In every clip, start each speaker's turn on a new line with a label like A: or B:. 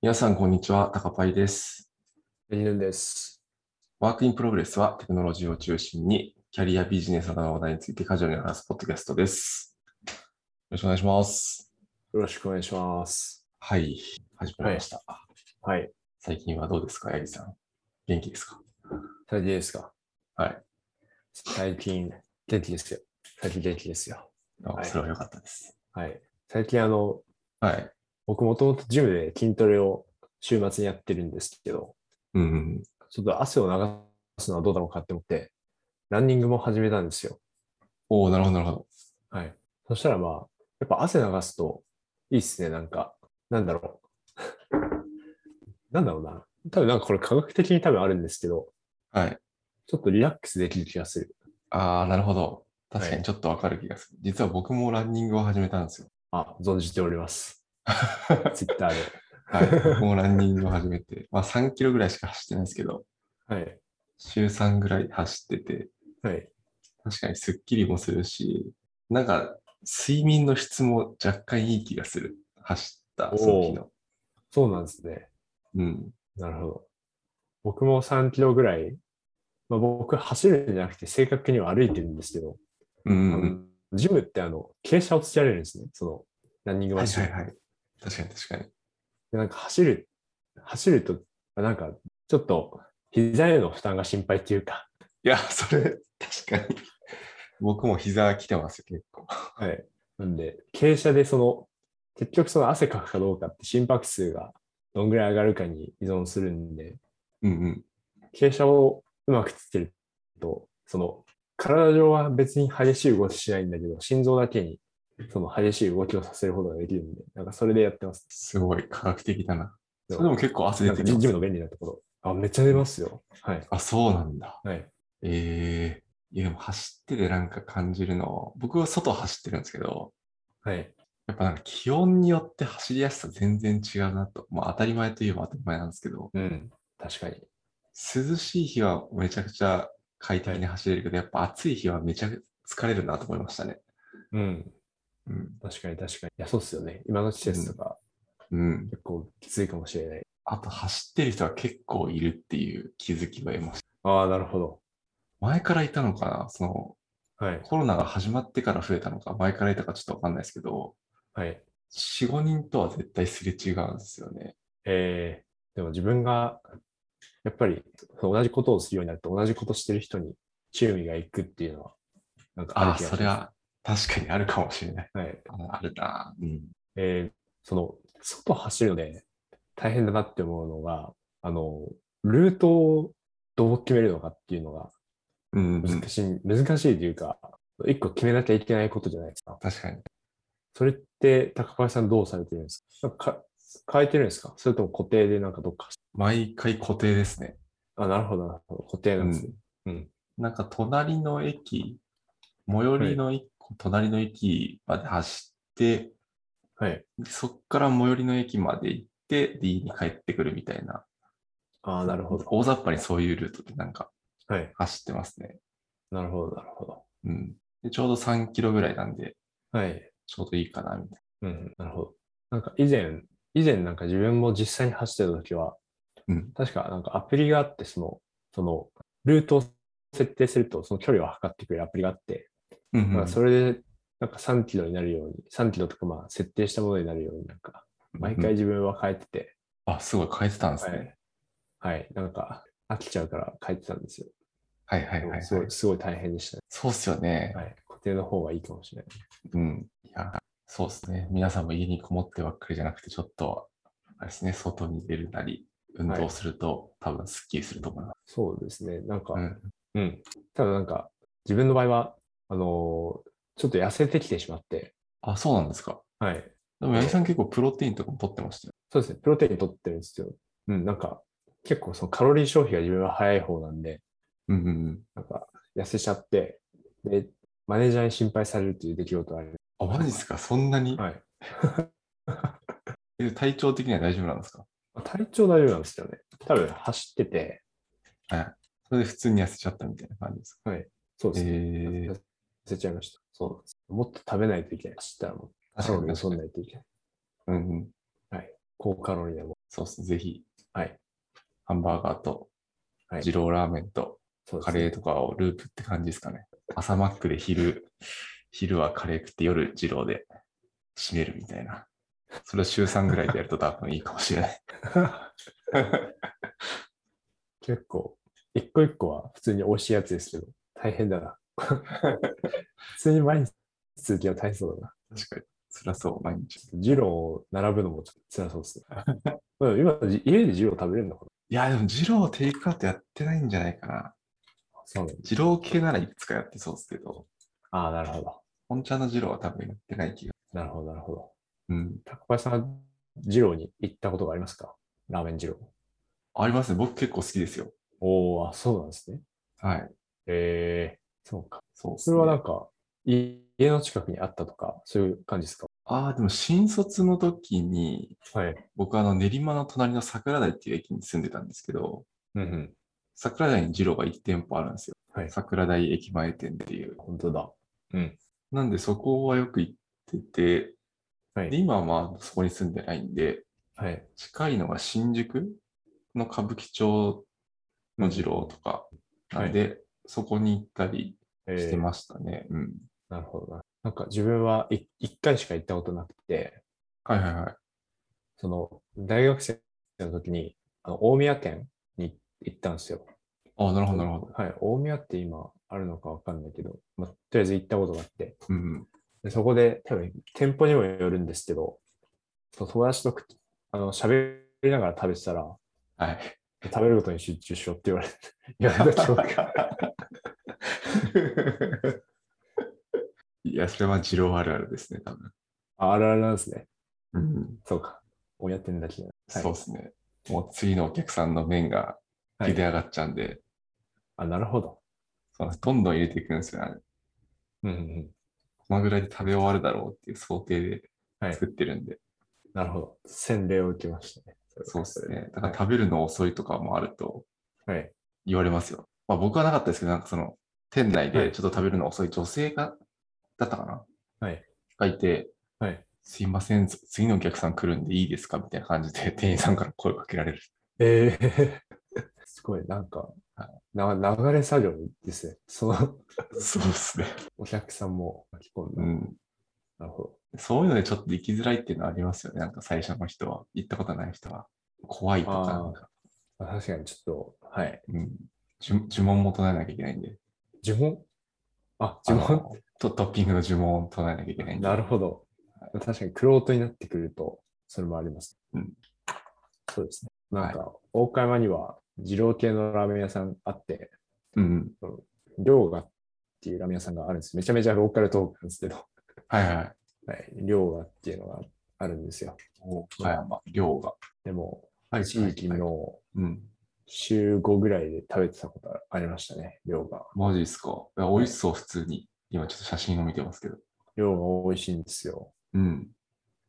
A: 皆さん、こんにちは。タカパイです。
B: ベニルンです。
A: ワークインプログレスはテクノロジーを中心にキャリアビジネスなどの話題についてカジュアルに話すポッドキャストです。よろしくお願いします。
B: よろしくお願いします。
A: はい。始まりました。
B: はい。
A: 最近はどうですか、ヤギさん。元気ですか
B: 最近ですか
A: はい。
B: 最近、元気ですよ。最近元気ですよ。
A: あ、
B: はい
A: それは良かったです。
B: はい。最近、あの、
A: はい。
B: 僕もともとジムで筋トレを週末にやってるんですけど、
A: うんうん。
B: ちょっと汗を流すのはどうだろうかって思って、ランニングも始めたんですよ。
A: おおなるほど、なるほど。
B: はい。そしたらまあ、やっぱ汗流すといいっすね。なんか、なんだろう。 なんだろうな。多分なんかこれ科学的に多分あるんですけど、
A: はい。
B: ちょっとリラックスできる気がする。
A: ああ、なるほど。確か
B: は
A: に
B: い
A: ちょっとわかる気がする。実は僕もランニングを始めたんですよ。
B: あ、存じております。
A: は
B: ツイッ ターで。
A: い。僕もランニングを始めて、まあ3キロぐらいしか走ってないですけど、
B: はい。
A: 週3ぐらい走ってて、
B: はい。
A: 確かにスッキリもするし、なんか睡眠の質も若干いい気がする。走った、
B: おー
A: その日の。
B: そうなんですね。
A: うん。
B: なるほど。僕も3キロぐらい、まあ、僕走るんじゃなくて正確には歩いてるんですけど、
A: うん
B: あ
A: うん。
B: のジムってあの傾斜をつけられるんですね。そのランニング
A: は
B: マ
A: い
B: シ
A: は
B: ン。
A: いはい。確かに確かに。
B: でなんか走る、走ると、あなんかちょっと膝への負担が心配っていうか、
A: いや、それ、確かに。僕も膝来てますよ、結構。
B: はい。なんで、傾斜でその、結局その汗かくかどうかって心拍数がどんぐらい上がるかに依存するんで、
A: うんうん。
B: 傾斜をうまくつけると、その、体上は別に激しい動きしないんだけど、心臓だけに、その激しい動きをさせることができるんで、なんかそれでやってます。
A: すごい科学的だな。
B: で
A: そ
B: も
A: れでも結構汗
B: な
A: 出
B: ん
A: てき
B: かジ
A: ます
B: ジムの便利なところ。あ、めっちゃ出ますよ。はい。
A: あ、そうなんだ。
B: はい。
A: ええいや、でも走っててなんか感じるの、僕は外走ってるんですけど、
B: はい。
A: やっぱなんか気温によって走りやすさ全然違うなと。まあ当たり前といえば当たり前なんですけど、
B: うん。確かに。
A: 涼しい日はめちゃくちゃ快適に走れるけど、やっぱ暑い日はめちゃくちゃ疲れるなと思いましたね。
B: うん。
A: うん。
B: 確かに確かに。いや、そうっすよね。今の季節とか、
A: うん。
B: 結構きついかもしれない。
A: あと走ってる人は結構いるっていう気づきを得ました。
B: ああ、なるほど。
A: 前からいたのかなその
B: はい。
A: コロナが始まってから増えたのか、前からいたかちょっとわかんないですけど、
B: はい。
A: 4、5人とは絶対すれ違うんですよね。
B: えー、でも自分が、やっぱりその同じことをするようになると、同じことしてる人に注意がいくっていうのは、なんかあ
A: あ
B: る
A: あ、
B: 気がし
A: それ
B: ま
A: は確かにあるかもしれない。
B: す。はい。
A: ああるな。うん。
B: えー、その、外走るので大変だなって思うのが、あの、ルートをどう決めるのかっていうのが
A: うん、うん。
B: 難しい、難しいというか、一個決めなきゃいけないことじゃないですか。
A: 確かに。
B: それって、高橋さんどうされてるんですかなんかか変えてるんですかそれとも固定でなんかどっか走
A: 毎回固定ですね。
B: あ、なるほど、なるほど。固定なんですね。うん
A: なんか隣の駅、最寄りの一個、隣の駅まで走って、
B: はい。
A: でそっから最寄りの駅まで行って、で、家に帰ってくるみたいな。
B: ああ、なるほど。
A: 大雑把にそういうルートでなんか
B: はい。
A: 走ってますね。
B: なるほど、なるほど。
A: うん。で、ちょうど3キロぐらいなんで、
B: はい。
A: ちょうどいいかな、みたい
B: うん、なるほど。なんか以前、以前なんか自分も実際に走ってた時は、
A: うん
B: 確かなんかアプリがあって、その、その、ルートを設定すると、その距離を測ってくれるアプリがあって、
A: な。うん、
B: まあそれで、なんか3キロになるように、3キロとかまあ設定したものになるように、なんか、毎回
A: うん
B: 自分は変えてて、
A: あ、すごい、変えてたんですね。
B: はい。はい。なんか、飽きちゃうから変えてたんですよ。
A: はい、はい、はい、はい。
B: す
A: そ
B: ご
A: う
B: い、すごい大変でしたね。
A: っすよね。
B: はい。固定の方がいいかもしれない。
A: うん。いや、そうですね。皆さんも家にこもってばっかりじゃなくて、ちょっと、あれですね、外に出るなり、運動すると、多分すっきりすると思います。
B: そうですね。なんか、
A: うん
B: うん。ただなんか、自分の場合は、あのーちょっと痩せてきてしまって、
A: あ、そうなんですか。
B: はい。
A: でも、八木さん結構プロテインとかも取ってましたよ。
B: そうですね、プロテイン取ってるんですよ。うん、なんか、結構そのカロリー消費が自分は早い方なんで、
A: うんうんうん。
B: なんか、痩せちゃって、で、マネージャーに心配されるという出来事があり
A: あ、マジですかそんなに、
B: はい。
A: え体調的には大丈夫なんですか
B: まあ体調大丈夫なんですよね。多分走ってて、
A: はい。それで普通に痩せちゃったみたいな感じですか
B: そうですね。
A: えー、
B: 痩せちゃいました。そうなんです。もっと食べないといけない。走ったらもう、カ
A: 確か
B: ロ
A: に
B: リーを
A: 確か
B: 取ん
A: に。
B: ないといけない。
A: うんうん。
B: 高カロリーなもの。
A: そうですね。ぜひ、
B: はい。
A: ハンバーガーと
B: はい、
A: 二郎ラーメンと
B: そうです
A: カレーとかをループって感じですかね。朝マックで昼、昼はカレー食って夜二郎で締めるみたいな。それを週3ぐらいでやると多分いいかもしれ ない。
B: 結構、一個一個は普通に美味しいやつですけど、大変だな。普通に毎日続きは大変そうだな。
A: 確かに。辛そう、毎日。
B: ジローを並ぶのもちょっと辛そうですね。まあ今、じ家でジロー食べれるのか
A: いや、でも二郎テイクアウトやってないんじゃないかな。
B: なそうなんだ
A: 二郎系ならいくつかやってそうですけど、
B: ああ、なるほど。
A: 本茶の二郎は多分やってない気が。
B: なるほど、なるほど。
A: うん。
B: 高橋さん、ジローに行ったことがありますかラーメンジロー。
A: ありますね。僕結構好きですよ。
B: おお、あそうなんですね。
A: はい。
B: ええそうか。
A: そうっす
B: そ
A: ね
B: れはなんか、い家の近くにあったとか、そういう感じですか
A: ああ、でも新卒の時に、
B: はい。
A: 僕あの練馬の隣の桜台っていう駅に住んでたんですけど、
B: うんうん。
A: 桜台に二郎が1店舗あるんですよ。
B: はい
A: 桜台駅前店っていう。
B: 本当だ。うん。
A: なんでそこはよく行ってて、
B: はい
A: で今はまあそこに住んでないんで、
B: はい。
A: 近いのが新宿の歌舞伎町の二郎とか、
B: はい
A: なんで、そこに行ったり
B: えー
A: してましたね。うん。
B: なるほどな。なんか自分はい一回しか行ったことなくて、
A: はいはいはい。
B: その、大学生の時に、あの、大宮県に行ったんですよ。
A: ああ、なるほどなるほど。
B: はい。大宮って今あるのかわかんないけど、まあ、とりあえず行ったことがあって、
A: うんうん。
B: でそこで多分店舗にもよるんですけど、その友達とくあの喋りながら食べてたら、
A: はい。
B: 食べることに集中しろって言われて、 言われた記憶が
A: いや、それは二郎あるあるですね、多分。
B: ああるあるなんですね。
A: うん、
B: そうか。親ってんだけじゃない。
A: そうですね。もう次のお客さんの麺が
B: はい
A: 茹で上がっちゃうんで、
B: あ、なるほど。
A: そうなんですどんどん入れていくんですよ、あれ。
B: うんうんうん。
A: このぐらいで食べ終わるだろうっていう想定で
B: はい
A: 作ってるんで、
B: なるほど。洗礼を受けましたね。
A: そうですね。だか
B: は
A: ら
B: い
A: 食べるの遅いとかもあると
B: はい。
A: 言われますよ。まあ僕はなかったですけど、なんかその、店内でちょっと食べるの遅い女性が、だったかな
B: はい。
A: がいて、
B: はい。
A: すいません、次のお客さん来るんでいいですかみたいな感じで店員さんから声かけら れる。
B: ええ すごい、なんか、な流れ作業ですね。その
A: そうですね。
B: お客さんも巻き込ん
A: う
B: だ。
A: ん。
B: なるほど。
A: そういうのでちょっと生きづらいっていうのはありますよね。なんか最初の人は、行ったことない人は、怖いとか
B: あー
A: なんか、
B: まあ確かにちょっと、はい。
A: うん、呪呪文も唱えなきゃいけないんで、
B: 呪文あ、呪
A: あ
B: 文
A: のトトッピングの呪文を唱えなきゃいけないんで、
B: なるほど。確かに、クロートになってくると、それもあります。
A: うん
B: そうですね。なんか、大岡山には、二郎系のラーメン屋さんあって、
A: うん、
B: 涼がっていうラーメン屋さんがあるんです。めちゃめちゃローカルトークなんですけど、
A: はいはい。
B: はい、涼がっていうのがあるんですよ。
A: 岡山、量が。
B: でも、
A: はい
B: 地域の
A: うん。
B: 週5ぐらいで食べてたことありましたね、量が。
A: マジですか。いや美味しそう、普通に。今ちょっと写真を見てますけど。
B: 量が美味しいんですよ。
A: うん。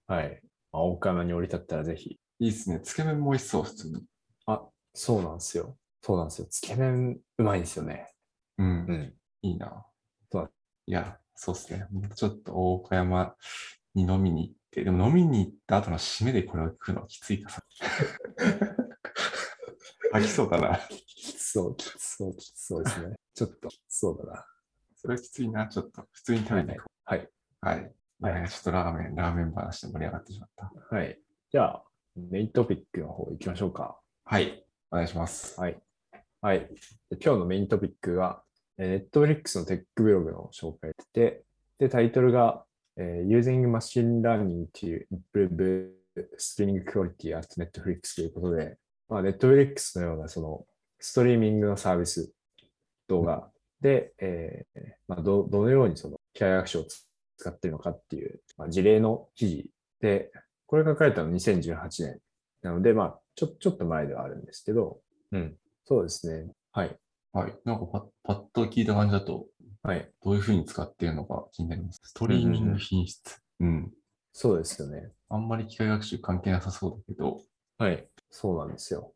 B: はい。まあ、大岡山に降り立ったらぜひ。
A: いいっすね。つけ麺も美味しそう、普通に。
B: そうなんですよ。そうなんですよ。つけ麺うまいんですよね。
A: うん。
B: うん。
A: いいな。
B: そう
A: いや、そうですね。ちょっと大岡山に飲みに行って、でも飲みに行った後の締めでこれを食うのはきついか さ。飽きそうだな。
B: きつそう、きつそう、きつそうですね。ちょっと、きつそうだな。
A: それはきついな、ちょっと。普通に食べていこ
B: はい。
A: う。はい。はい、ちょっとラーメン、ラーメン話で盛り上がってしまった。
B: はい。じゃあ、メイントピックの方行きましょうか。
A: はい。お願いします。
B: はい。はい。で今日のメイントピックが、えー Netflix のテックブログの紹介で、で、タイトルが、えー Using Machine Learning to Improve Streaming Quality at Netflix ということで、まあ、Netflix のようなそのストリーミングのサービス、動画で、えーまあ、どどのようにその機械学習を使っているのかっていう、まあ、事例の記事で、これ書かれたの2018年なので、まあ、ちょちょっと前ではあるんですけど、うん、そうですね。はい。
A: はい。なんかパッ、パッと聞いた感じだと、
B: はい。
A: どういうふうに使っているのか気になります。ストリーミングの品質。うん。
B: そうですよね。
A: あんまり機械学習関係なさそうだけど、
B: はい。そうなんですよ。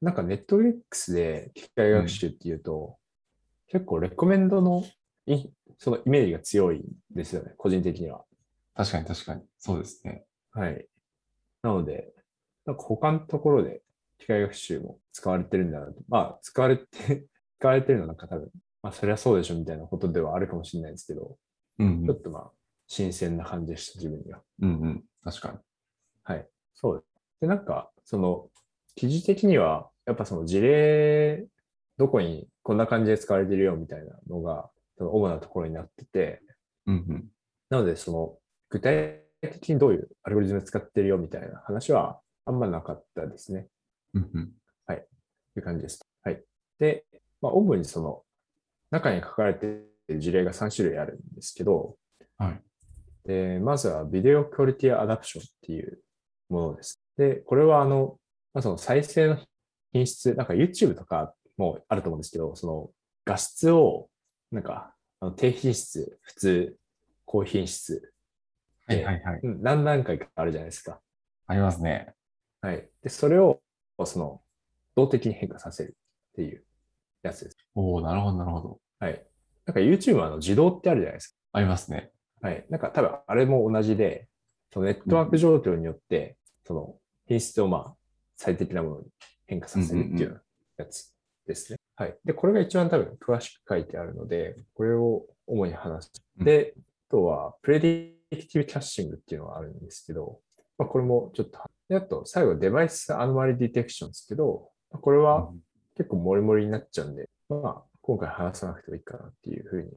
B: なんか、ネットフリックスで機械学習っていうと、結構、レコメンドのい、そのイメージが強いんですよね。個人的には。
A: 確かに確かに。そうですね。
B: はい。なので、なんか他のところで機械学習も使われてるんだなと。まあ、使われて、 使われてるのはなんか多分、まあ、そりゃそうでしょみたいなことではあるかもしれないですけど、
A: うん
B: ちょっとまあ、新鮮な感じでした、自分には。
A: うん、うんうん、確かに。
B: はい。そうです。で、なんか、その、記事的には、やっぱその事例、どこにこんな感じで使われてるよみたいなのが、その主なところになってて、
A: うんうん、
B: なので、その、具体的にどういうアルゴリズム使ってるよみたいな話は、あんまなかったですね。
A: うんうん、
B: という感じです。はい。で、まあ、主にその、中に書かれている事例が3種類あるんですけど、
A: はい。
B: で、まずは、ビデオクオリティアダプションっていうものです。で、これは、あの、まあ、その再生の品質、なんか YouTube とかもあると思うんですけど、その画質を、なんか、あの低品質、普通、高品質、
A: はいはいはい。
B: うん何段階かあるじゃないですか。
A: ありますね。
B: はい。で、それを、その、動的に変化させるっていうやつです。
A: おおなるほどなるほど。
B: はい。なんか YouTube はあの自動ってあるじゃないです
A: ありますね。
B: か。はい。なんか多分あれも同じで、そのネットワーク状況によって、その品質をまあ最適なものに変化させるっていうようなやつですね。はい。で、これが一番多分詳しく書いてあるので、これを主に話す。で、あとはプレディクティブキャッシングっていうのがあるんですけど、まあ、これもちょっと、であと最後デバイスアノマリディテクションですけど、これは
A: うん
B: 結構モリモリになっちゃうんで、まあ、今回話さなくてもいいかなっていうふうに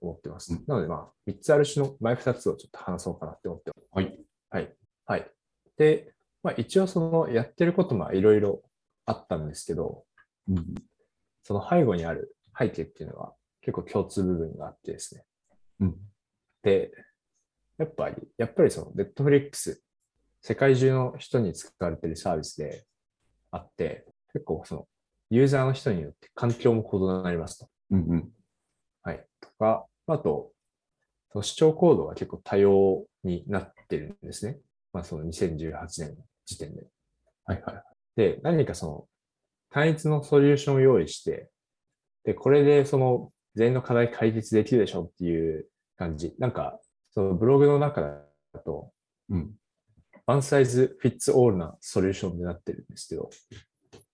B: 思ってます。
A: うん
B: なので、まあ、3つある種の前2つをちょっと話そうかなって思ってます。
A: はい。
B: はい。はい。で、まあ、一応そのやってることもいろいろあったんですけど、
A: うん、
B: その背後にある背景っていうのは結構共通部分があってですね。
A: うん、
B: で、やっぱり、やっぱりその Netflix、世界中の人に使われてるサービスであって、結構そのユーザーの人によって環境も異なりますと。
A: うん、うん。
B: はい。とか、あと、その視聴行動が結構多様になってるんですね。まあその2018年の時点で。
A: はいはい。
B: で、何かその単一のソリューションを用意して、で、これでその全員の課題解決できるでしょっていう感じ。なんか、そのブログの中だと、
A: うん、
B: ワンサイズフィッツオールなソリューションになってるんですけど、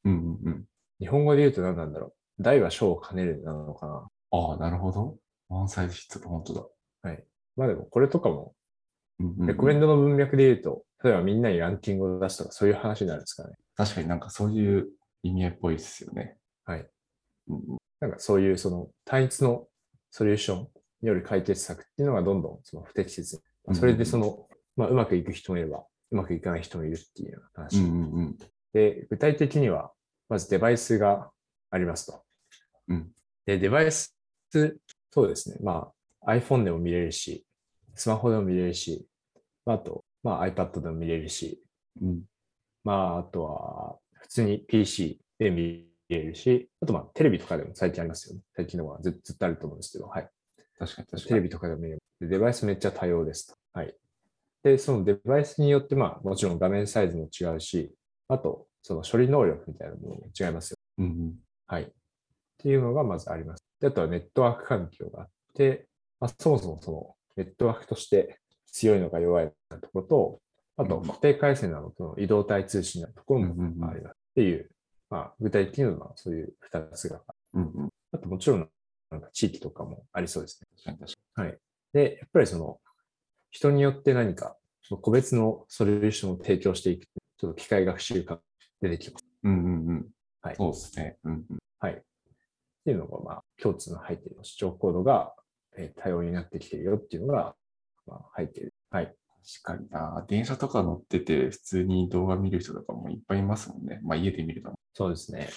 A: うん、うん、うん。
B: 日本語で言うと何なんだろう。大は小を兼ねるなのかな。
A: ああ、なるほど。ワンサイズフィットと本当だ。
B: まあでもこれとかも
A: うんうんうん
B: レコメンドの文脈で言うと、例えばみんなにランキングを出すとか、そういう話になるんですかね。
A: 確かになんかそういう意味合いっぽいですよね。
B: はい。
A: うんうん、
B: なんかそういうその単一のソリューションによる解決策っていうのがどんどんその不適切
A: うん
B: に。それでその、まあ、うまくいく人もいれば、うまくいかない人もいるっていうような
A: う
B: 話。
A: ん、うん、うん。
B: で、具体的には、まずデバイスがありますと。
A: うん
B: で、デバイス、そうですね。まあ、iPhone でも見れるし、スマホでも見れるし、まあ、あと、まあ、iPad でも見れるし、
A: うん、
B: まあ、あとは、普通に PC で見れるし、あと、まあ、テレビとかでも最近ありますよね。最近のはずずっとあると思うんですけど、はい。
A: 確かに確
B: テ
A: か
B: レ
A: に。
B: ビとかでも見れる。でデバイスめっちゃ多様ですと。はい。で、そのデバイスによって、まあ、もちろん画面サイズも違うし、あと、その処理能力みたいなものも違いますよ。
A: うん、うん、
B: はい。っていうのがまずあります。で、あとはネットワーク環境があって、まあ、そもそもそのネットワークとして強いのか弱いのかのところと、あと固定回線などの移動体通信のところ
A: うん
B: も
A: うんうん
B: ありますっていう、まあ、具体的にはそういう2つが、
A: うんうん、
B: あともちろんなんか地域とかもありそうです
A: 確かに確か
B: ね。で、やっぱりその人によって何かその個別のソリューションを提供していく、ちょっと機械学習が出てきますっ
A: に。うん、うん、うん。
B: はい
A: そうですね。うん、うん。
B: ていうのが、まあ、共通の背景の主張コードがえー多様になってきてるよっていうのが、まあ、背景です。はい。
A: 確かにな。電車とか乗ってて、普通に動画見る人とかもいっぱいいますもんね。まあ家で見ると。
B: そうですね。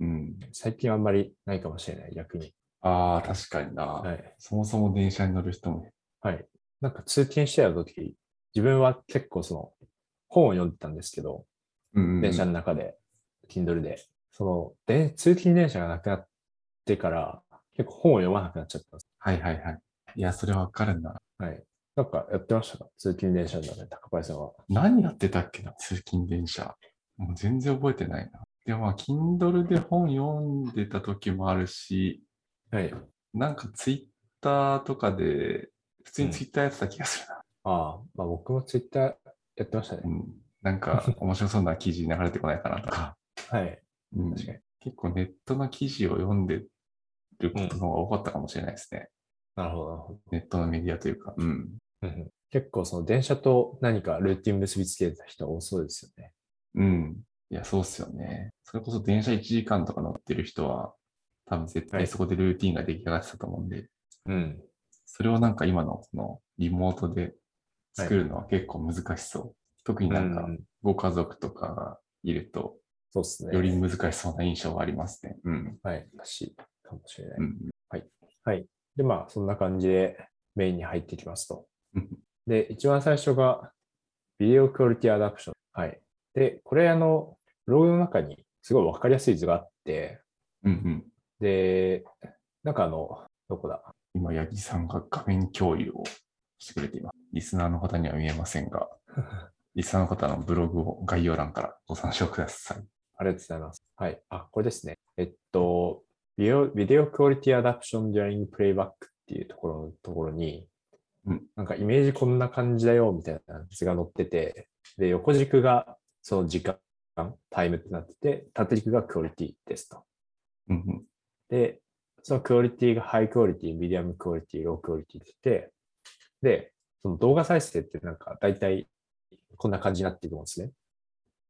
A: うん。
B: 最近はあんまりないかもしれない、逆に。
A: ああ、確かにな、
B: はい。
A: そもそも電車に乗る人も。
B: はい。なんか通勤してた時、自分は結構その本を読んでたんですけど、
A: うんうんうん、
B: 電車の中で、Kindle で。そので、通勤電車がなくなってから、結構本を読まなくなっちゃったんです。
A: はいはいはい。いや、それわかるな。
B: はい。なんかやってましたか通勤電車の中で、高林さんは。
A: 何やってたっけな、通勤電車。もう全然覚えてないな。でもまあ、Kindle で本読んでた時もあるし、
B: はい。
A: なんか Twitter とか で、普通に Twitter やってた気がする
B: ああ、まあ僕もツイッターやってました
A: な。
B: ね。
A: うん。なんか面白そうな記事流れてこないかなと か、
B: はい。
A: うん
B: 確かに。
A: 結構ネットの記事を読んでることの方が多かったかもしれないですね。
B: なるほど、なるほど
A: ネットのメディアというか、うん。
B: うんうん。結構その電車と何かルーティン結びつけてた人多そうですよね。
A: うん。いや、そうっすよね。それこそ電車1時間とか乗ってる人は、多分絶
B: は
A: 対
B: い
A: そこでルーティンが出来上がってたと思うんで、
B: うん。
A: それをなんか今のこのリモートで作るのは結構難しそう。特になんか
B: う
A: ご家族とかがいると、
B: そうですね。
A: より難しそうな印象がありますね。うん。
B: はい、らしいかもしれない。
A: うん。
B: はい。で、まあ、そんな感じでメインに入っていきますと
A: うん。
B: で、一番最初が、ビデオクオリティアダプション。はい。で、これ、あの、ブログの中にすごいわかりやすい図があって、
A: うんうん。
B: で、なんかあの、どこだ
A: 今、八木さんが画面共有をしてくれています。リスナーの方には見えません が、リスナーの方のブログを概要欄からご参照ください。
B: ありがとうございます。はい。あ、これですね。えっと、ビデオビデオクオリティアダプション during playback っていうところのところに、
A: うん
B: なんかイメージこんな感じだよみたいな図が載ってて、で、横軸がその時間、タイムってなってて、縦軸がクオリティですと。
A: うんうん。
B: で、そのクオリティがハイクオリティ、ミディアムクオリティ、ロークオリティって言って、で、その動画再生ってなんか大体こんな感じになってると思うんですね。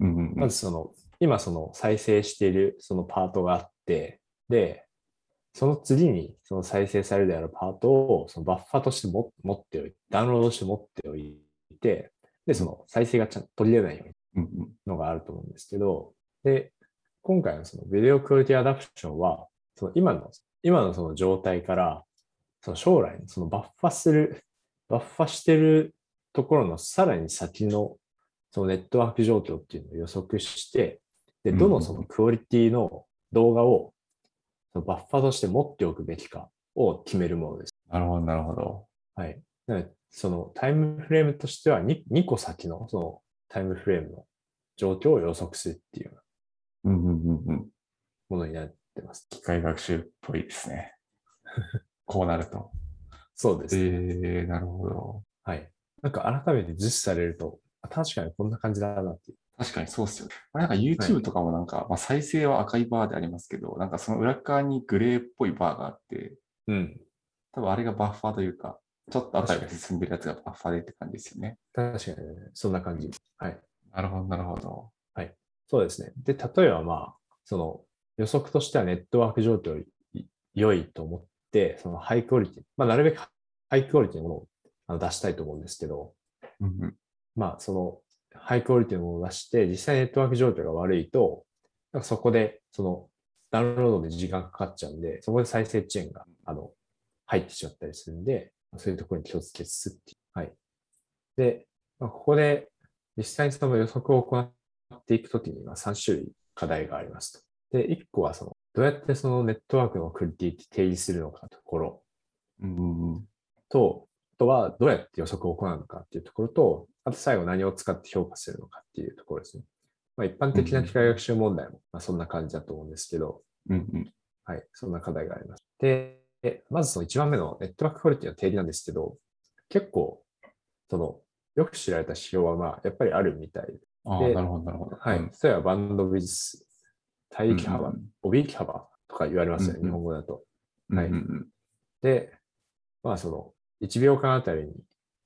A: うんうんうん
B: まずその、今その再生しているそのパートがあって、で、その次にその再生されるであるパートをそのバッファとしても持っておいて、ダウンロードして持っておいて、で、その再生がちゃんと取り出ないように
A: うんうん。
B: のがあると思うんですけど、で、今回のそのビデオクオリティアダプションは、その今の、今のその状態から、その将来のそのバッファする、バッファしてるところのさらに先のそのネットワーク状況っていうのを予測して、で、どのそのクオリティの動画をそのバッファとして持っておくべきかを決めるものです。
A: なるほど、なるほど。
B: はい。なのでそのタイムフレームとしては 2, 2個先のそのタイムフレームの状況を予測するっていうよう
A: う
B: な
A: んうんうんうん。
B: ものになってます。
A: 機械学習っぽいです ね。こうなると。
B: そうで
A: え
B: す。
A: ー、なるほど。
B: はい。なんか改めて実施されると、あ確かにこんな感じだなっていう。
A: 確かにそうっすよね。これなんか YouTube とかもなんか、まあ、再生は赤いバーでありますけど、なんかその裏側にグレーっぽいバーがあって、
B: うん。
A: 多分あれがバッファーというか、ちょっと辺りが進んでるやつがバッファーでって感じですよね。
B: 確かにね、そんな感じ。はい。
A: なるほど、なるほど。
B: そうですね。で、例えばまあ、その予測としてはネットワーク状況い良いと思って、そのハイクオリティ、まあ、なるべくハイクオリティのものをあの出したいと思うんですけど、
A: うんうん
B: まあ、その、ハイクオリティのものを出して、実際ネットワーク状況が悪いと、なんかそこで、その、ダウンロードで時間かかっちゃうんで、そこで再生遅延が、あの、入ってしちゃったりするんで、そういうところに気をつけつつっていう。はい。で、まあ、ここで、実際にその予測を行っていくときには3種類課題がありますと。で、1個はその、どうやってそのネットワークのクオリティって定義するのかところ。
A: うんうんうん。
B: と、あとはどうやって予測を行うのかっていうところと、あと最後何を使って評価するのかっていうところですね。まあ、一般的な機械学習問題も、まあ、そんな感じだと思うんですけど、
A: うんうん。
B: はい、そんな課題があります。で、でまずその1番目のネットワーククオリティの定義なんですけど、結構、その、よく知られた指標は、まあ、やっぱりあるみたいで。
A: ああ、
B: で
A: なるほど、なるほど。
B: は
A: う
B: い
A: ん。。
B: 例えば、バンドウィズス、帯域幅、
A: うん
B: 帯域幅とか言われますよね、
A: うんうん
B: 日本語だと。
A: うん
B: はい
A: うんうん
B: で、まあその1秒間あたりに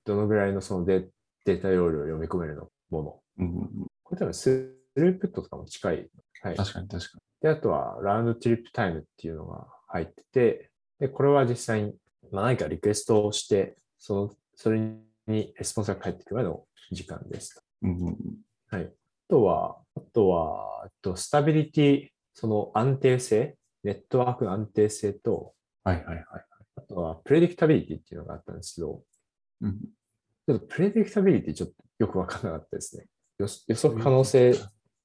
B: どのぐらいのそのデデータ容量を読み込めるのもの。
A: うんうん
B: これ多分スループットとかも近い。は
A: う
B: い
A: ん。。確かに、確か
B: で、あとはラウンドトリップタイムっていうのが入ってて、で、これは実際に、まあ、何かリクエストをして、その、それにレスポンスが返ってくるまでの時間です。
A: に。うんうんうん。
B: あとは、あとは、えっとスタビリティ、その安定性、ネットワークの安定性と、
A: はいはいはい。
B: あとはプレディクタビリティっていうのがあったんですけど、
A: うん
B: ちょっとプレディクタビリティちょっとよくわからなかったですね。予予測可能性、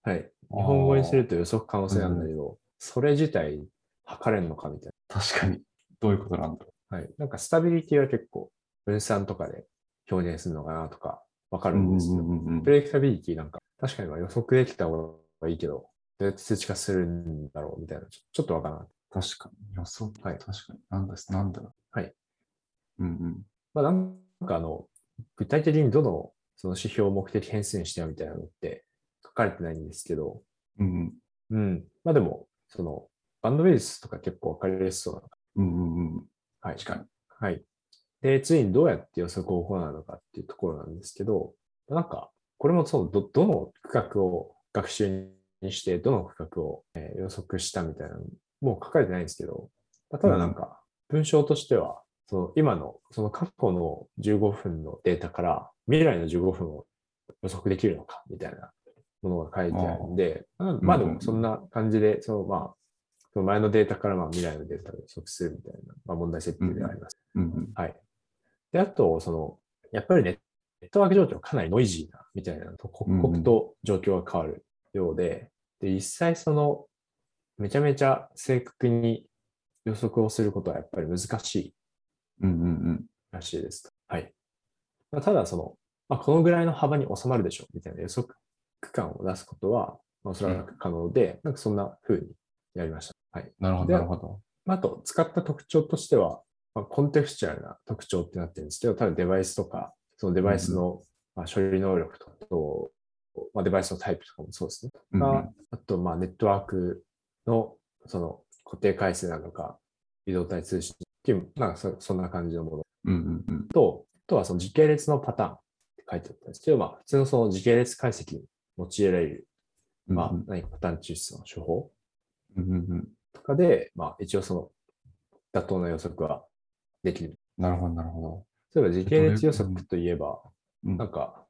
B: はい。日本語にすると予測可能性なんだけど、それ自体測れるのかみたい
A: 確かに。どういうことなんだろ
B: な。はい。なんかスタビリティは結構分散とかで表現するのかなとかわか
A: う。
B: るんですけど、
A: んうんうん
B: プレディクタビリティなんか確かにまあ予測できた方がいいけど、どうやって数値化するんだろうみたいな、ちょちょっとわからなかった。
A: 確かに。予測。
B: はい
A: 確かに。なんだす、なんだろう。
B: はい。
A: うんうん。
B: まあなんかあの、具体的にどのその指標を目的変数にしてよみたいなのって書かれてないんですけど、
A: うん。
B: うん。まあでも、その、バンドベースとか結構わかりやすそうな。
A: うんうんうん。
B: はい。
A: 確かに。
B: はい。で、次にどうやって予測を行うのかっていうところなんですけど、なんか、これもそう、ど、どの区画を学習にして、どの区画を、えー予測したみたいなの、もう書かれてないんですけど、まあただなんか、文章としては、その今の、その過去の15分のデータから未来の15分を予測できるのか、みたいなものが書いてあるんで、うんまあで
A: うんう
B: も
A: ん
B: そんな感じで、そのまあ、その前のデータからまあ未来のデータを予測するみたいな、まあ、問題設定ではあります。
A: うんうん。
B: はい。で、あと、その、やっぱりネネットワーク状況かなりノイジーな、みたいなのと、刻
A: うんう
B: 々
A: ん
B: と状況が変わるようで、で、実際その、めちゃめちゃ正確に予測をすることはやっぱり難しい
A: うんうん
B: らしいですと。はい。まあ、ただ、その、まあ、このぐらいの幅に収まるでしょう、みたいな予測区間を出すことは、まあおそらく可能で、なんかそんな風にやりました。はい。
A: なるほど、
B: で
A: なるほど。
B: まああと、使った特徴としては、まあ、コンテクスチュアルな特徴ってなってるんですけど、多分デバイスとか、そのデバイスの、まあ、処理能力とかと、まあ、デバイスのタイプとかもそうですね。
A: うんうん
B: まああと、まあ、ネットワークの、その、固定回数なのか、移動体通信っていう、なんかそそんな感じのもの
A: うんうんうん。
B: と、あとはその時系列のパターンって書いてあったんですけど、まあ、普通のその時系列解析に用いられる、まあ
A: うん、
B: 何かパターン抽出の手法
A: うんうんうん。
B: とかで、まあ、一応その妥当な予測はできる。
A: なるほど、なるほ
B: 例えば時系列予測といえば、
A: ど。うん
B: なんか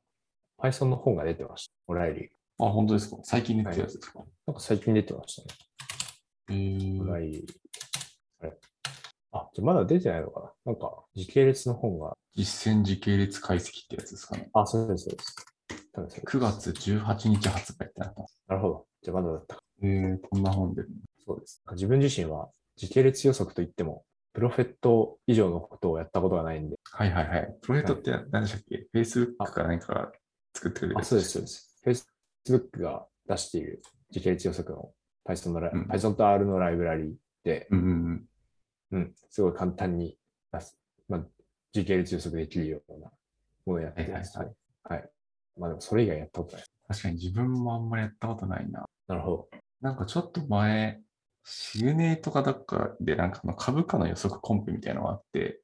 B: Python の本が出てました。オライリー。
A: あ、本当ですか最近出たやつですか、
B: なんか最近出てまし
A: え
B: たね。
A: ー
B: オライリー。あれあ、じゃあまだ出てないのかななんか時系列の本が。
A: 実践時系列解析ってやつですかね。
B: あ、そうです、そうです。多分そうです
A: 9。月18日発売ってなったんです。
B: なるほど。じゃあまだだったか。
A: えー、こんな本で。
B: そうです。自分自身は時系列予測といっても、プロフェット以上のことをやったことがないんで。
A: はいはいはい。プロジェクトって何でしたっけ、?Facebook か何かが作ってくれる
B: あ、
A: やつ
B: そうです、そうです。Facebook が出している時系列予測の Python, のライ
A: うん
B: Python と R のライブラリで、
A: うんうん
B: うん、すごい簡単に出す、まあ、時系列予測できるようなものをやってます。
A: は
B: はいい。はい。まあでもそれ以外やったことない。
A: 確かに自分もあんまりやったことないな。
B: なるほど。
A: なんかちょっと前、シグネーとかだっかで、なんかあの株価の予測コンペみたいなのがあって、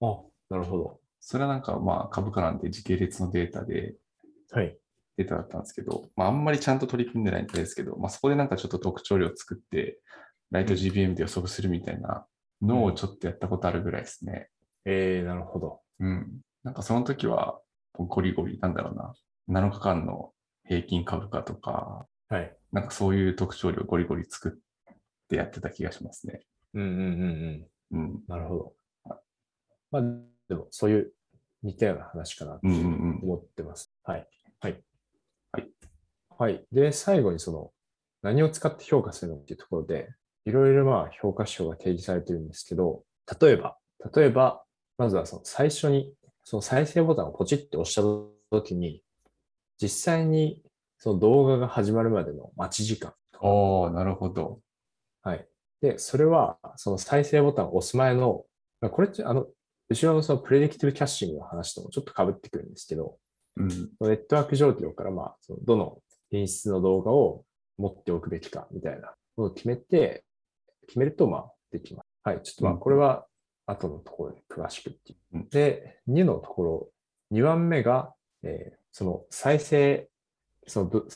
B: あ、なるほど。
A: それはなんかまあ株価なんで時系列のデータで、
B: はい。
A: データだったんですけど、まあ、あんまりちゃんと取り組んでないみたいですけど、まあ、そこでなんかちょっと特徴量作って、ライト GBM で予測するみたいなのをちょっとやったことあるぐらいですね。
B: えー、なるほど。
A: うん。なんかその時は、ゴリゴリ、なんだろうな、7日間の平均株価とか、
B: はい。
A: なんかそういう特徴量ゴリゴリ作ってやってた気がしますね。
B: うんうんうんう
A: う
B: ん。
A: ん。
B: なるほど。まあでもそういう似たような話かな
A: うんうんうん。
B: 思ってます。はい。はい。
A: はい。
B: はい。で、最後にその、何を使って評価するのっていうところで、いろいろまあ評価指標が提示されてるんですけど、例えば、例えば、まずはその最初に、その再生ボタンをポチって押したときに、実際にその動画が始まるまでの待ち時間。
A: おおなるほど。
B: はい。で、それは、その再生ボタンを押す前の、まあこれって、あの、後ろのそのプレディクティブキャッシングの話ともちょっと被ってくるんですけど、
A: うん。
B: ネットワーク状況から、まあ、そのどの品質の動画を持っておくべきかみたいなのを決めて、決めると、まあ、できます。はい。ちょっとまあ、
A: うん
B: これは後のところで詳しくっていう
A: うん
B: で、2のところ、2番目が、えーその再生、そのぶ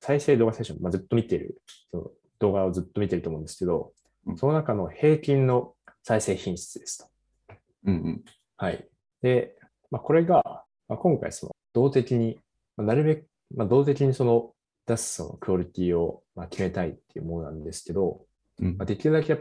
B: 再生動画セッション、まあ、ずっと見てる、その動画をずっと見てると思うんですけど
A: うん、
B: その中の平均の再生品質ですと。
A: うんうん。
B: はい。で、まあ、これが、まあ、今回その動的に、まあ、なるべく、まあ、動的にその出すそのクオリティをまあ決めたいっていうものなんですけど、
A: うん
B: まあ、できるだけやっ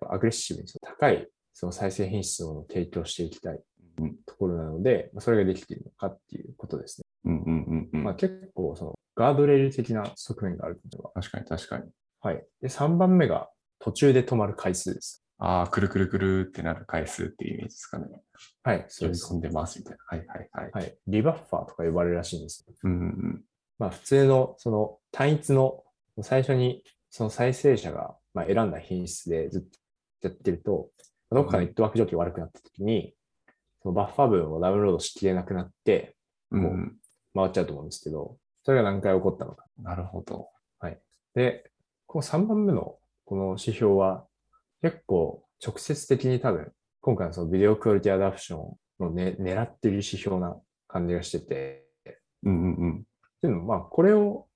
B: ぱアグレッシブにその高いその再生品質のものを提供していきたい
A: うん
B: ところなので、まあ、それができているのかっていうことですね。
A: うんうんうんう
B: まあ、
A: ん。
B: 結構そのガードレール的な側面があるのでは。
A: 確かに確かに。
B: はい。で、3番目が途中で止まる回数です。
A: ああ、くるくるくるってなる回数っていうイメージですかね。
B: はい。そ
A: 読
B: うで
A: み
B: す
A: 込。んでますみたいな。はいはいはい。
B: はい。リバッファーとか呼ばれるらしいんです。
A: うんうん
B: まあ、普通のその単一の最初にその再生者がまあ選んだ品質でずっとやってると、どっかのネットワーク状況が悪くなった時に、そのバッファー分をダウンロードしきれなくなって、
A: うんうん
B: 回っちゃうと思うんですけど、それが何回起こったのか。
A: なるほど。
B: で、この3番目のこの指標は、結構直接的に多分、今回のそのビデオクオリティアダプションの、ね、狙ってる指標な感じがしてて、
A: うんうんうん。
B: っていうのも、まあ、これを、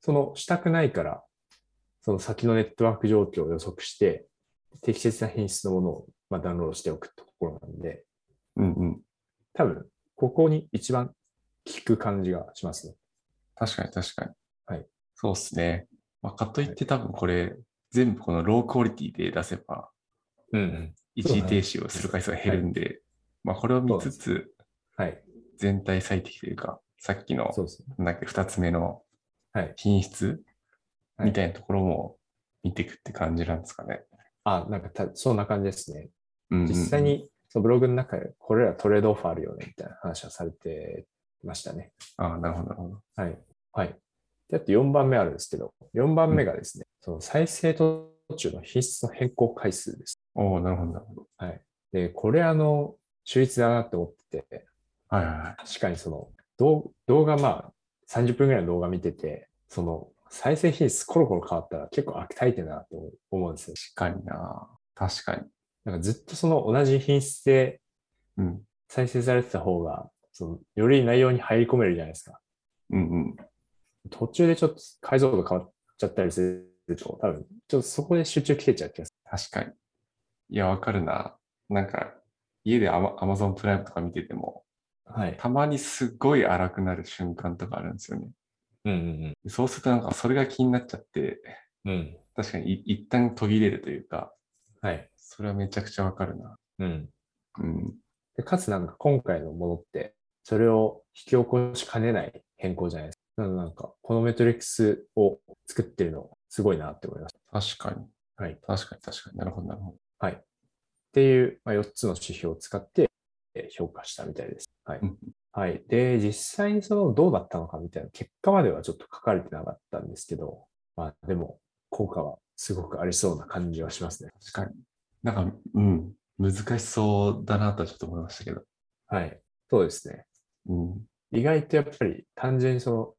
B: その、したくないから、その先のネットワーク状況を予測して、適切な品質のものを、まあ、ダウンロードしておくところなんで、
A: うんうん。
B: 多分、ここに一番効く感じがしますね。
A: 確かに確かに。
B: はい。
A: そうですね。まあ、かといって多分これ、全部このロークオリティで出せば、
B: うん。
A: 一時停止をする回数が減るんで、まあこれを見つつ、
B: はい。
A: 全体最適というか、さっきの、
B: そうですね。
A: なんだっけ、二つ目の
B: はい
A: 品質
B: はい
A: みたいなところも見ていくって感じなんですかね。
B: あ、なんかた、そんな感じですね。
A: うんうん
B: 実際。に、そのブログの中で、これらトレードオファーあるよね、みたいな話はされてましたね。
A: ああ、なるほど、なるほど。
B: はい。はい。で、あと4番目あるんですけど、4番目がですね、その再生途中の品質の変更回数です。
A: おおなるほど、なるほど。
B: で、これあの、秀逸だなって思ってて、
A: はいはいはい。
B: 確かにその、動動画まあ、30分ぐらいの動画見てて、その、再生品質コロコロ変わったら結構悪態だなって思う思うんですよ。
A: 確かにな。確かに。
B: なんかずっとその同じ品質で
A: うん。
B: 再生されてた方が、その、より内容に入り込めるじゃないですか。
A: うんうん。
B: 途中でちょっと解像度変わっちゃったりすると、多分、ちょっとそこで集中切れちゃう気がす
A: 確かに。いや、わかるな。なんか、家でアマ Amazon プライムとか見てても、
B: る。はい。
A: たまにすごい荒くなる瞬間とかあるんですよね。
B: うんうん
A: そうするとなんかそれが気になっちゃって、
B: うん。うん。
A: 確かにい一旦途切れるというか、
B: はい。
A: それはめちゃくちゃわかるな。
B: うん。
A: うん。
B: で、かつなんか今回のものって、それを引き起こしかねない変更じゃないですか。なのでなんか、このメトリックスを作ってるの、すごいなって思いました。っ
A: 確かに。
B: はい。
A: 確かに確かに。なるほど、なるほど。
B: ていう、まあ、4つの指標を使ってえー評価したみたいです。はい
A: うん。
B: はい。で、実際にそのどうだったのかみたいな結果まではちょっと書かれてなかったんですけど、まあでも、効果はすごくありそうな感じはしますね。
A: 確かに。なんか、うん。難しそうだなとはちょっと思いましたけど。
B: はい。そうですね。
A: うん。
B: 意外とやっぱり単純にその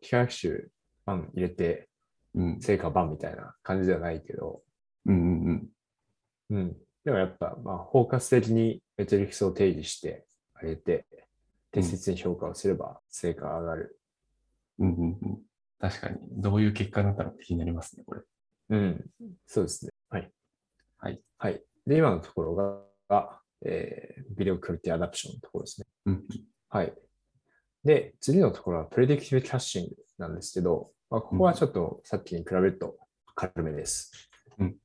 B: 機械学習バン入れて
A: うん。
B: 成果バンみたいな感じではないけど、
A: うんうんうん。
B: うん。でもやっぱ、まあ、包括的にメトリックスを定義してあげて、適切に評価をすれば成果が上がる。
A: うんうんうん。確かに。どういう結果になったのか気になりますね、これ。
B: うん。そうですね。はい。
A: はい。
B: はい。で、今のところが、がえー、ビデオクオリティアダプションのところですね。
A: うん。
B: はい。で、次のところはプレディクティブキャッシングなんですけど、まあ、ここはちょっとさっきに比べると軽めです。
A: うん。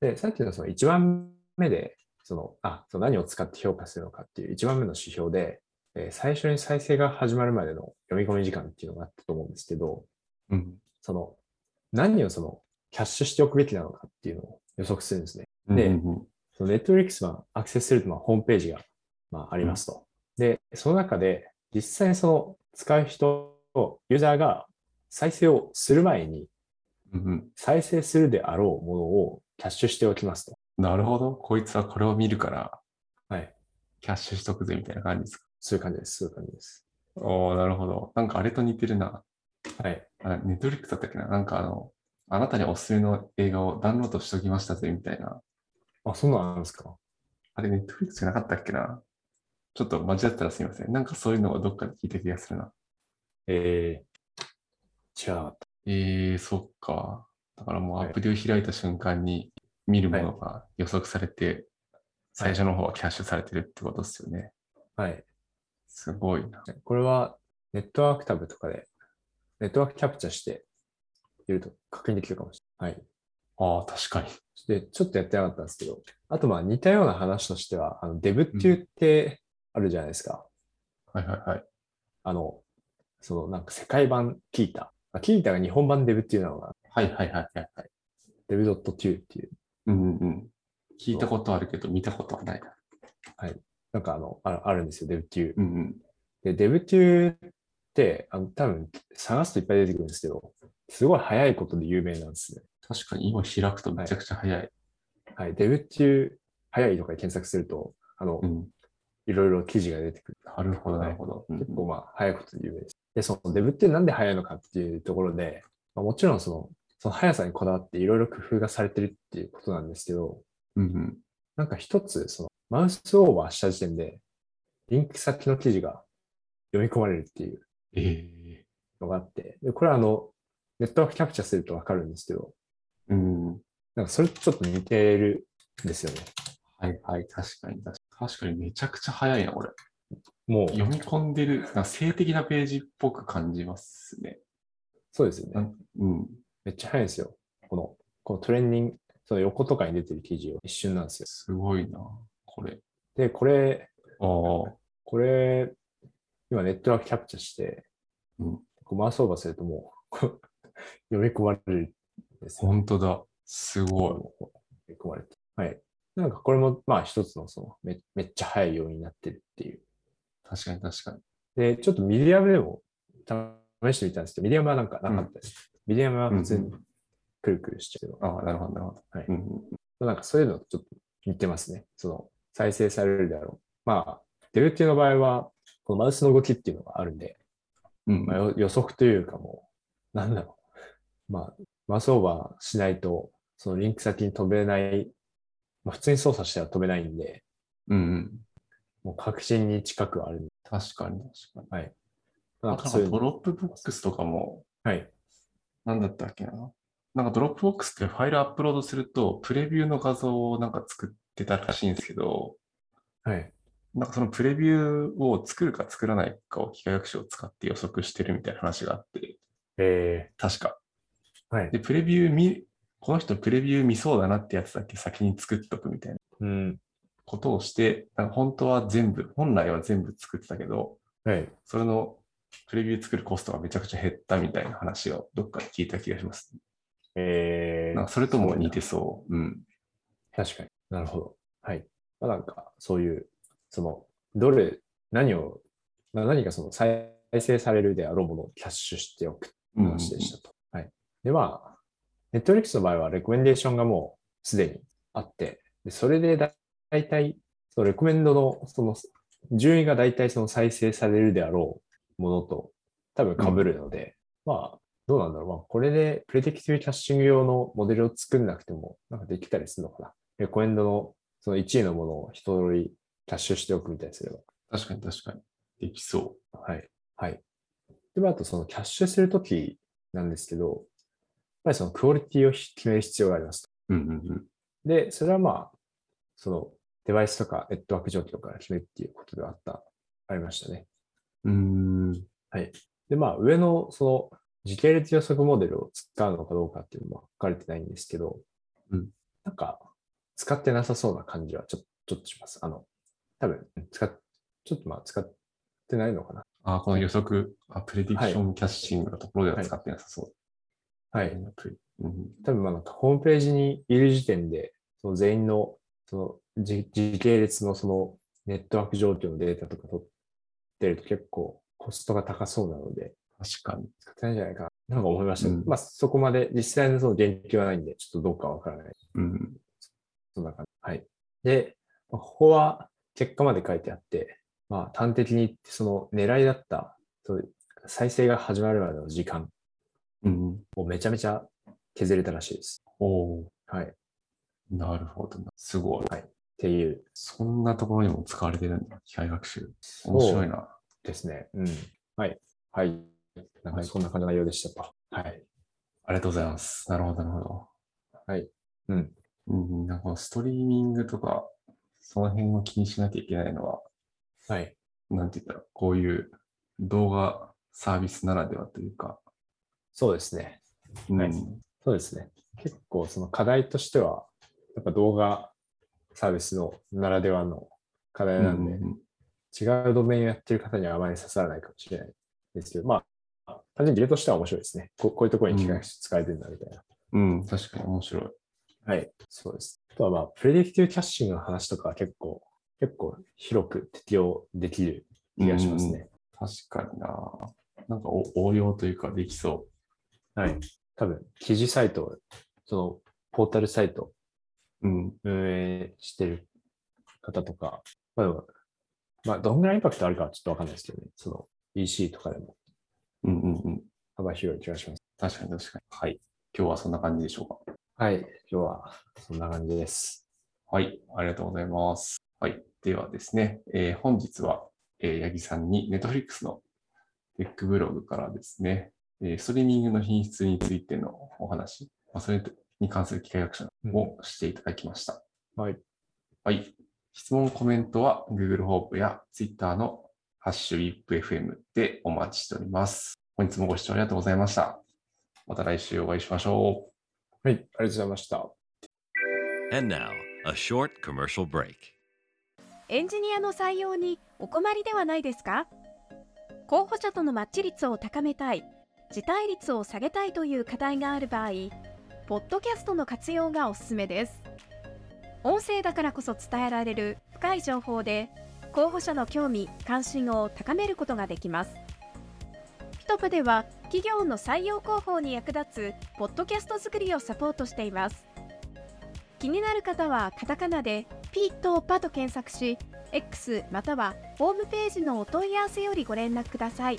B: で、さっきのその1番目で、その、あ、その何を使って評価するのかっていう1番目の指標で、えー最初に再生が始まるまでの読み込み時間っていうのがあったと思うんですけど、
A: うん。
B: その、何をその、キャッシュしておくべきなのかっていうのを予測するんですね。で
A: うんうんうん
B: そのネットフリックスはアクセスすると、まあ、ホームページが、まあ、ありますと。で、その中で、実際にその、使う人、ユーザーが再生をする前に、
A: うんうん。
B: 再生するであろうものをキャッシュしておきますと。
A: なるほど。こいつはこれを見るから、
B: はい。
A: キャッシュしとくぜみたいな感じですか。
B: そういう感じです。そういう感じです。
A: おおなるほど。なんかあれと似てるな。
B: はい。
A: あネットフリックスだったっけななんかあの、あなたにおすすめの映画をダウンロードしときましたぜみたいな。
B: あ、そうなんですか。
A: あれ、ネットフリックスじゃなかったっけなちょっと間違ったらすみません。なんかそういうのをどっかで聞いた気がするな。
B: えー、違うかった。
A: えー、そっか。だからもうア
B: はい
A: プリを開いた瞬間に見るものが予測されて、最初の方はキャッシュされてるってことですよね。
B: はい。
A: すごいな。
B: これは、ネットワークタブとかで、ネットワークキャプチャして、いると確認できるかもしれない。はい。
A: ああ、確かに。
B: で、ちょっとやってなかったんですけど、あとまあ似たような話としては、あのデブって言ってあるじゃないですか。
A: はいはいはい。
B: あの、そのなんか世界版キータ。あキータが日本版デブっていうのが、
A: はいはいはいはい、はい。
B: デブ .2 っていう、
A: うんうんうん。聞いたことあるけど、見たことはないな。
B: なんかあの、ああるんですよ、デブっていう。
A: うんうん。
B: で、デブっていうって、あの多分探すといっぱい出てくるんですけど、すごい早いことで有名なんですね。
A: 確かに今開くとめちゃくちゃ早い。
B: はい、デブっていう、早いとかで検索すると、あの、
A: うん。
B: いろいろ記事が出てくる。
A: なるほど、なるほど。うん
B: 結構まあ、早いことで有名です。で、そのデブってなんで早いのかっていうところで、まあ、もちろんその、その速さにこだわっていろいろ工夫がされてるっていうことなんですけど、
A: うんうん。
B: なんか一つ、その、マウスオーバーした時点で、リンク先の記事が読み込まれるっていう
A: え
B: のがあって、でこれはあの、ネットワークキャプチャーするとわかるんですけど、
A: えうん。
B: なんかそれとちょっと似てるんですよね。
A: はいはい、確かに確かに。確かにめちゃくちゃ早いな、これ。
B: もう、
A: 読み込んでる、なんか性的なページっぽく感じますね。
B: そうですよ
A: な
B: ね。
A: んうん。
B: めっちゃ早いんですよ。この、このトレンディング、その横とかに出てる記事を一瞬なんですよ。
A: すごいな、これ。
B: で、これ、
A: ああ。
B: これ、今ネットワークキャプチャーして、
A: うん
B: こうマウスオーバーするともう、 こう読み込まれるんですよ。
A: 本当だ。すご
B: こう読み込まれて。はい。なんかこれも、まあ一つのそのめ、めっちゃ早いようになってるっていう。
A: い。確かに確かに。
B: で、ちょっとミディアムでも試してみたんですけど、ミディアムはなんかなかったです。ミディアムは普通にくるくるしちゃうけど。
A: ああ、なるほど、なるほど。
B: はい
A: うんうん
B: なんかそういうのとちょっと似てますね。その再生されるであろう。まあ、デルティの場合は、このマウスの動きっていうのがあるんで、
A: うん
B: まあ、よ予測というかもう、なんだろう。まあ、マウスオーバーしないと、そのリンク先に飛べない、まあ、普通に操作したら飛べないんで、
A: うんうん。
B: もう確信に近くある。
A: 確かに確かに。
B: な
A: なんん
B: か
A: か
B: そういう
A: ド
B: の。
A: ロップボックスとかも、
B: はい。
A: なんだったっけな。なんかドロップボックスってファイルアップロードすると、プレビューの画像をなんか作ってたらしいんですけど、
B: はい。
A: なんかそのプレビューを作るか作らないかを機械学習を使って予測してるみたいな話があって、
B: え
A: 確か。
B: ー、はい。
A: で、プレビュー見、この人プレビュー見そうだなってやつだけ先に作っとくみたいな
B: うん。
A: ことをして、なんか本当は全部、本来は全部作ってたけど、
B: はい。
A: それのプレビュー作るコストがめちゃくちゃ減ったみたいな話をどっかで聞いた気がします。
B: え
A: なんかそれとも似てそう。うん。
B: 確かになるほど。はい。まあ、なんか、そういう、その、どれ、何を、まあ何かその再生されるであろうものをキャッシュしておくって
A: う
B: いう
A: ん
B: 話でしたと。はい。で、まあ、ネットフリックスの場合は、レコメンデーションがもうすでにあって、でそれでだ大体、そのレコメンドの、その、順位が大体その再生されるであろうものと、多分被るので、まあ、どうなんだろう。まあ、これで、プレディクティブキャッシング用のモデルを作んなくても、なんかできたりするのかな。レコメンドのその1位のものを一通りキャッシュしておくみたいにすれば。
A: 確かに確かに。できそ
B: はい。はい。で、まああとそのキャッシュするときなんですけど、やっぱりそのクオリティを決める必要があります。
A: う。うんうんうん。
B: で、それはまあ、そのデバイスとかネットワーク状況から決めるっていうことではあった、ありましたね。
A: うーん。
B: で、まあ、上のその時系列予測モデルを使うのかどうかっていうのも書かれてないんですけど、
A: うん
B: なんか、使ってなさそうな感じはちょちょっとします。あの、多分、使っ、ちょっとまあ、使ってないのかな。
A: あ、この予測、あプレディクションキャッシングのところでは使ってなさそう。
B: はい。
A: プレうん
B: 多分、まあ、なんかホームページにいる時点で、その全員の、その時時系列のそのネットワーク状況のデータとか取ってると結構コストが高そうなので、
A: 確かに。
B: 使ってないんじゃないかな、なんか思いました。
A: うん
B: まあ、そこまで実際のその言及はないんで、ちょっとどうかわからない。
A: うん。
B: そんな感じ。はい。で、まあここは結果まで書いてあって、まあ、端的に言って、その狙いだった、その再生が始まるまでの時間
A: うん。
B: をめちゃめちゃ削れたらしいです。
A: おお
B: はい。っ
A: ーなるほどな。すごい。
B: ていう
A: そんなところにも使われてるんだ。機械学習。面白いな。
B: ですね。うん。はい。はい。なん
A: は
B: か
A: い
B: そんな感じの内容でしたと。はい。
A: ありがとうございます。なるほど、なるほど。
B: はい。うん。
A: うん。なんかこのストリーミングとか、その辺を気にしなきゃいけないのは、
B: はい。
A: なんて言ったら、こういう動画サービスならではというか、
B: そうですね。
A: うん。
B: はいそうですね。結構その課題としては、やっぱ動画サービスのならではの課題なんで、
A: うん
B: 違うドメインをやってる方にはあまり刺さらないかもしれないですけど、まあ、単純に理由としては面白いですね。ここういうところに機械学習使えてるんだみたいな。
A: うん、確かに面白い。
B: はい。そうです。あとはまあ、プレディクティブキャッシングの話とかは結構、結構広く適用できる気がしますね。
A: 確かにな。なんかお応用というかできそ
B: はい。多分、記事サイト、その、ポータルサイト
A: う。うん。
B: 運営してる方とか、まあでも、まあ、どんぐらいインパクトあるかはちょっとわかんないですけどね。その EC とかでも
A: うんうんうん。
B: 幅広い気がします。
A: 確かに確かに。はい。今日はそんな感じでしょうか。
B: はい。今日はそんな感じです。
A: はい、ありがとうございます。はい、ではですね、えー本日は、えー八木さんに Netflix のテックブログからですね、えーストリーミングの品質についてのお話、まあ、それに関する機械学習をしていただきました。
B: はい。
A: はい。質問、コメントは Google ホープや Twitter のハッシュ WIPFM でお待ちしております。本日もご視聴ありがとうございました。また来週お会いしましょう。
B: はい。ありがとうございました。
C: And now, a short commercial break.
D: エンジニアの採用にお困りではないですか候補者とのマッチ率を高めたい辞退率を下げたいという課題がある場合ポッドキャストの活用がおすすめです音声だからこそ伝えられる深い情報で候補者の興味関心を高めることができますピトプでは企業の採用広報に役立つポッドキャスト作りをサポートしています気になる方はカタカナで「ピとパ」と検索し X またはホームページのお問い合わせよりご連絡ください。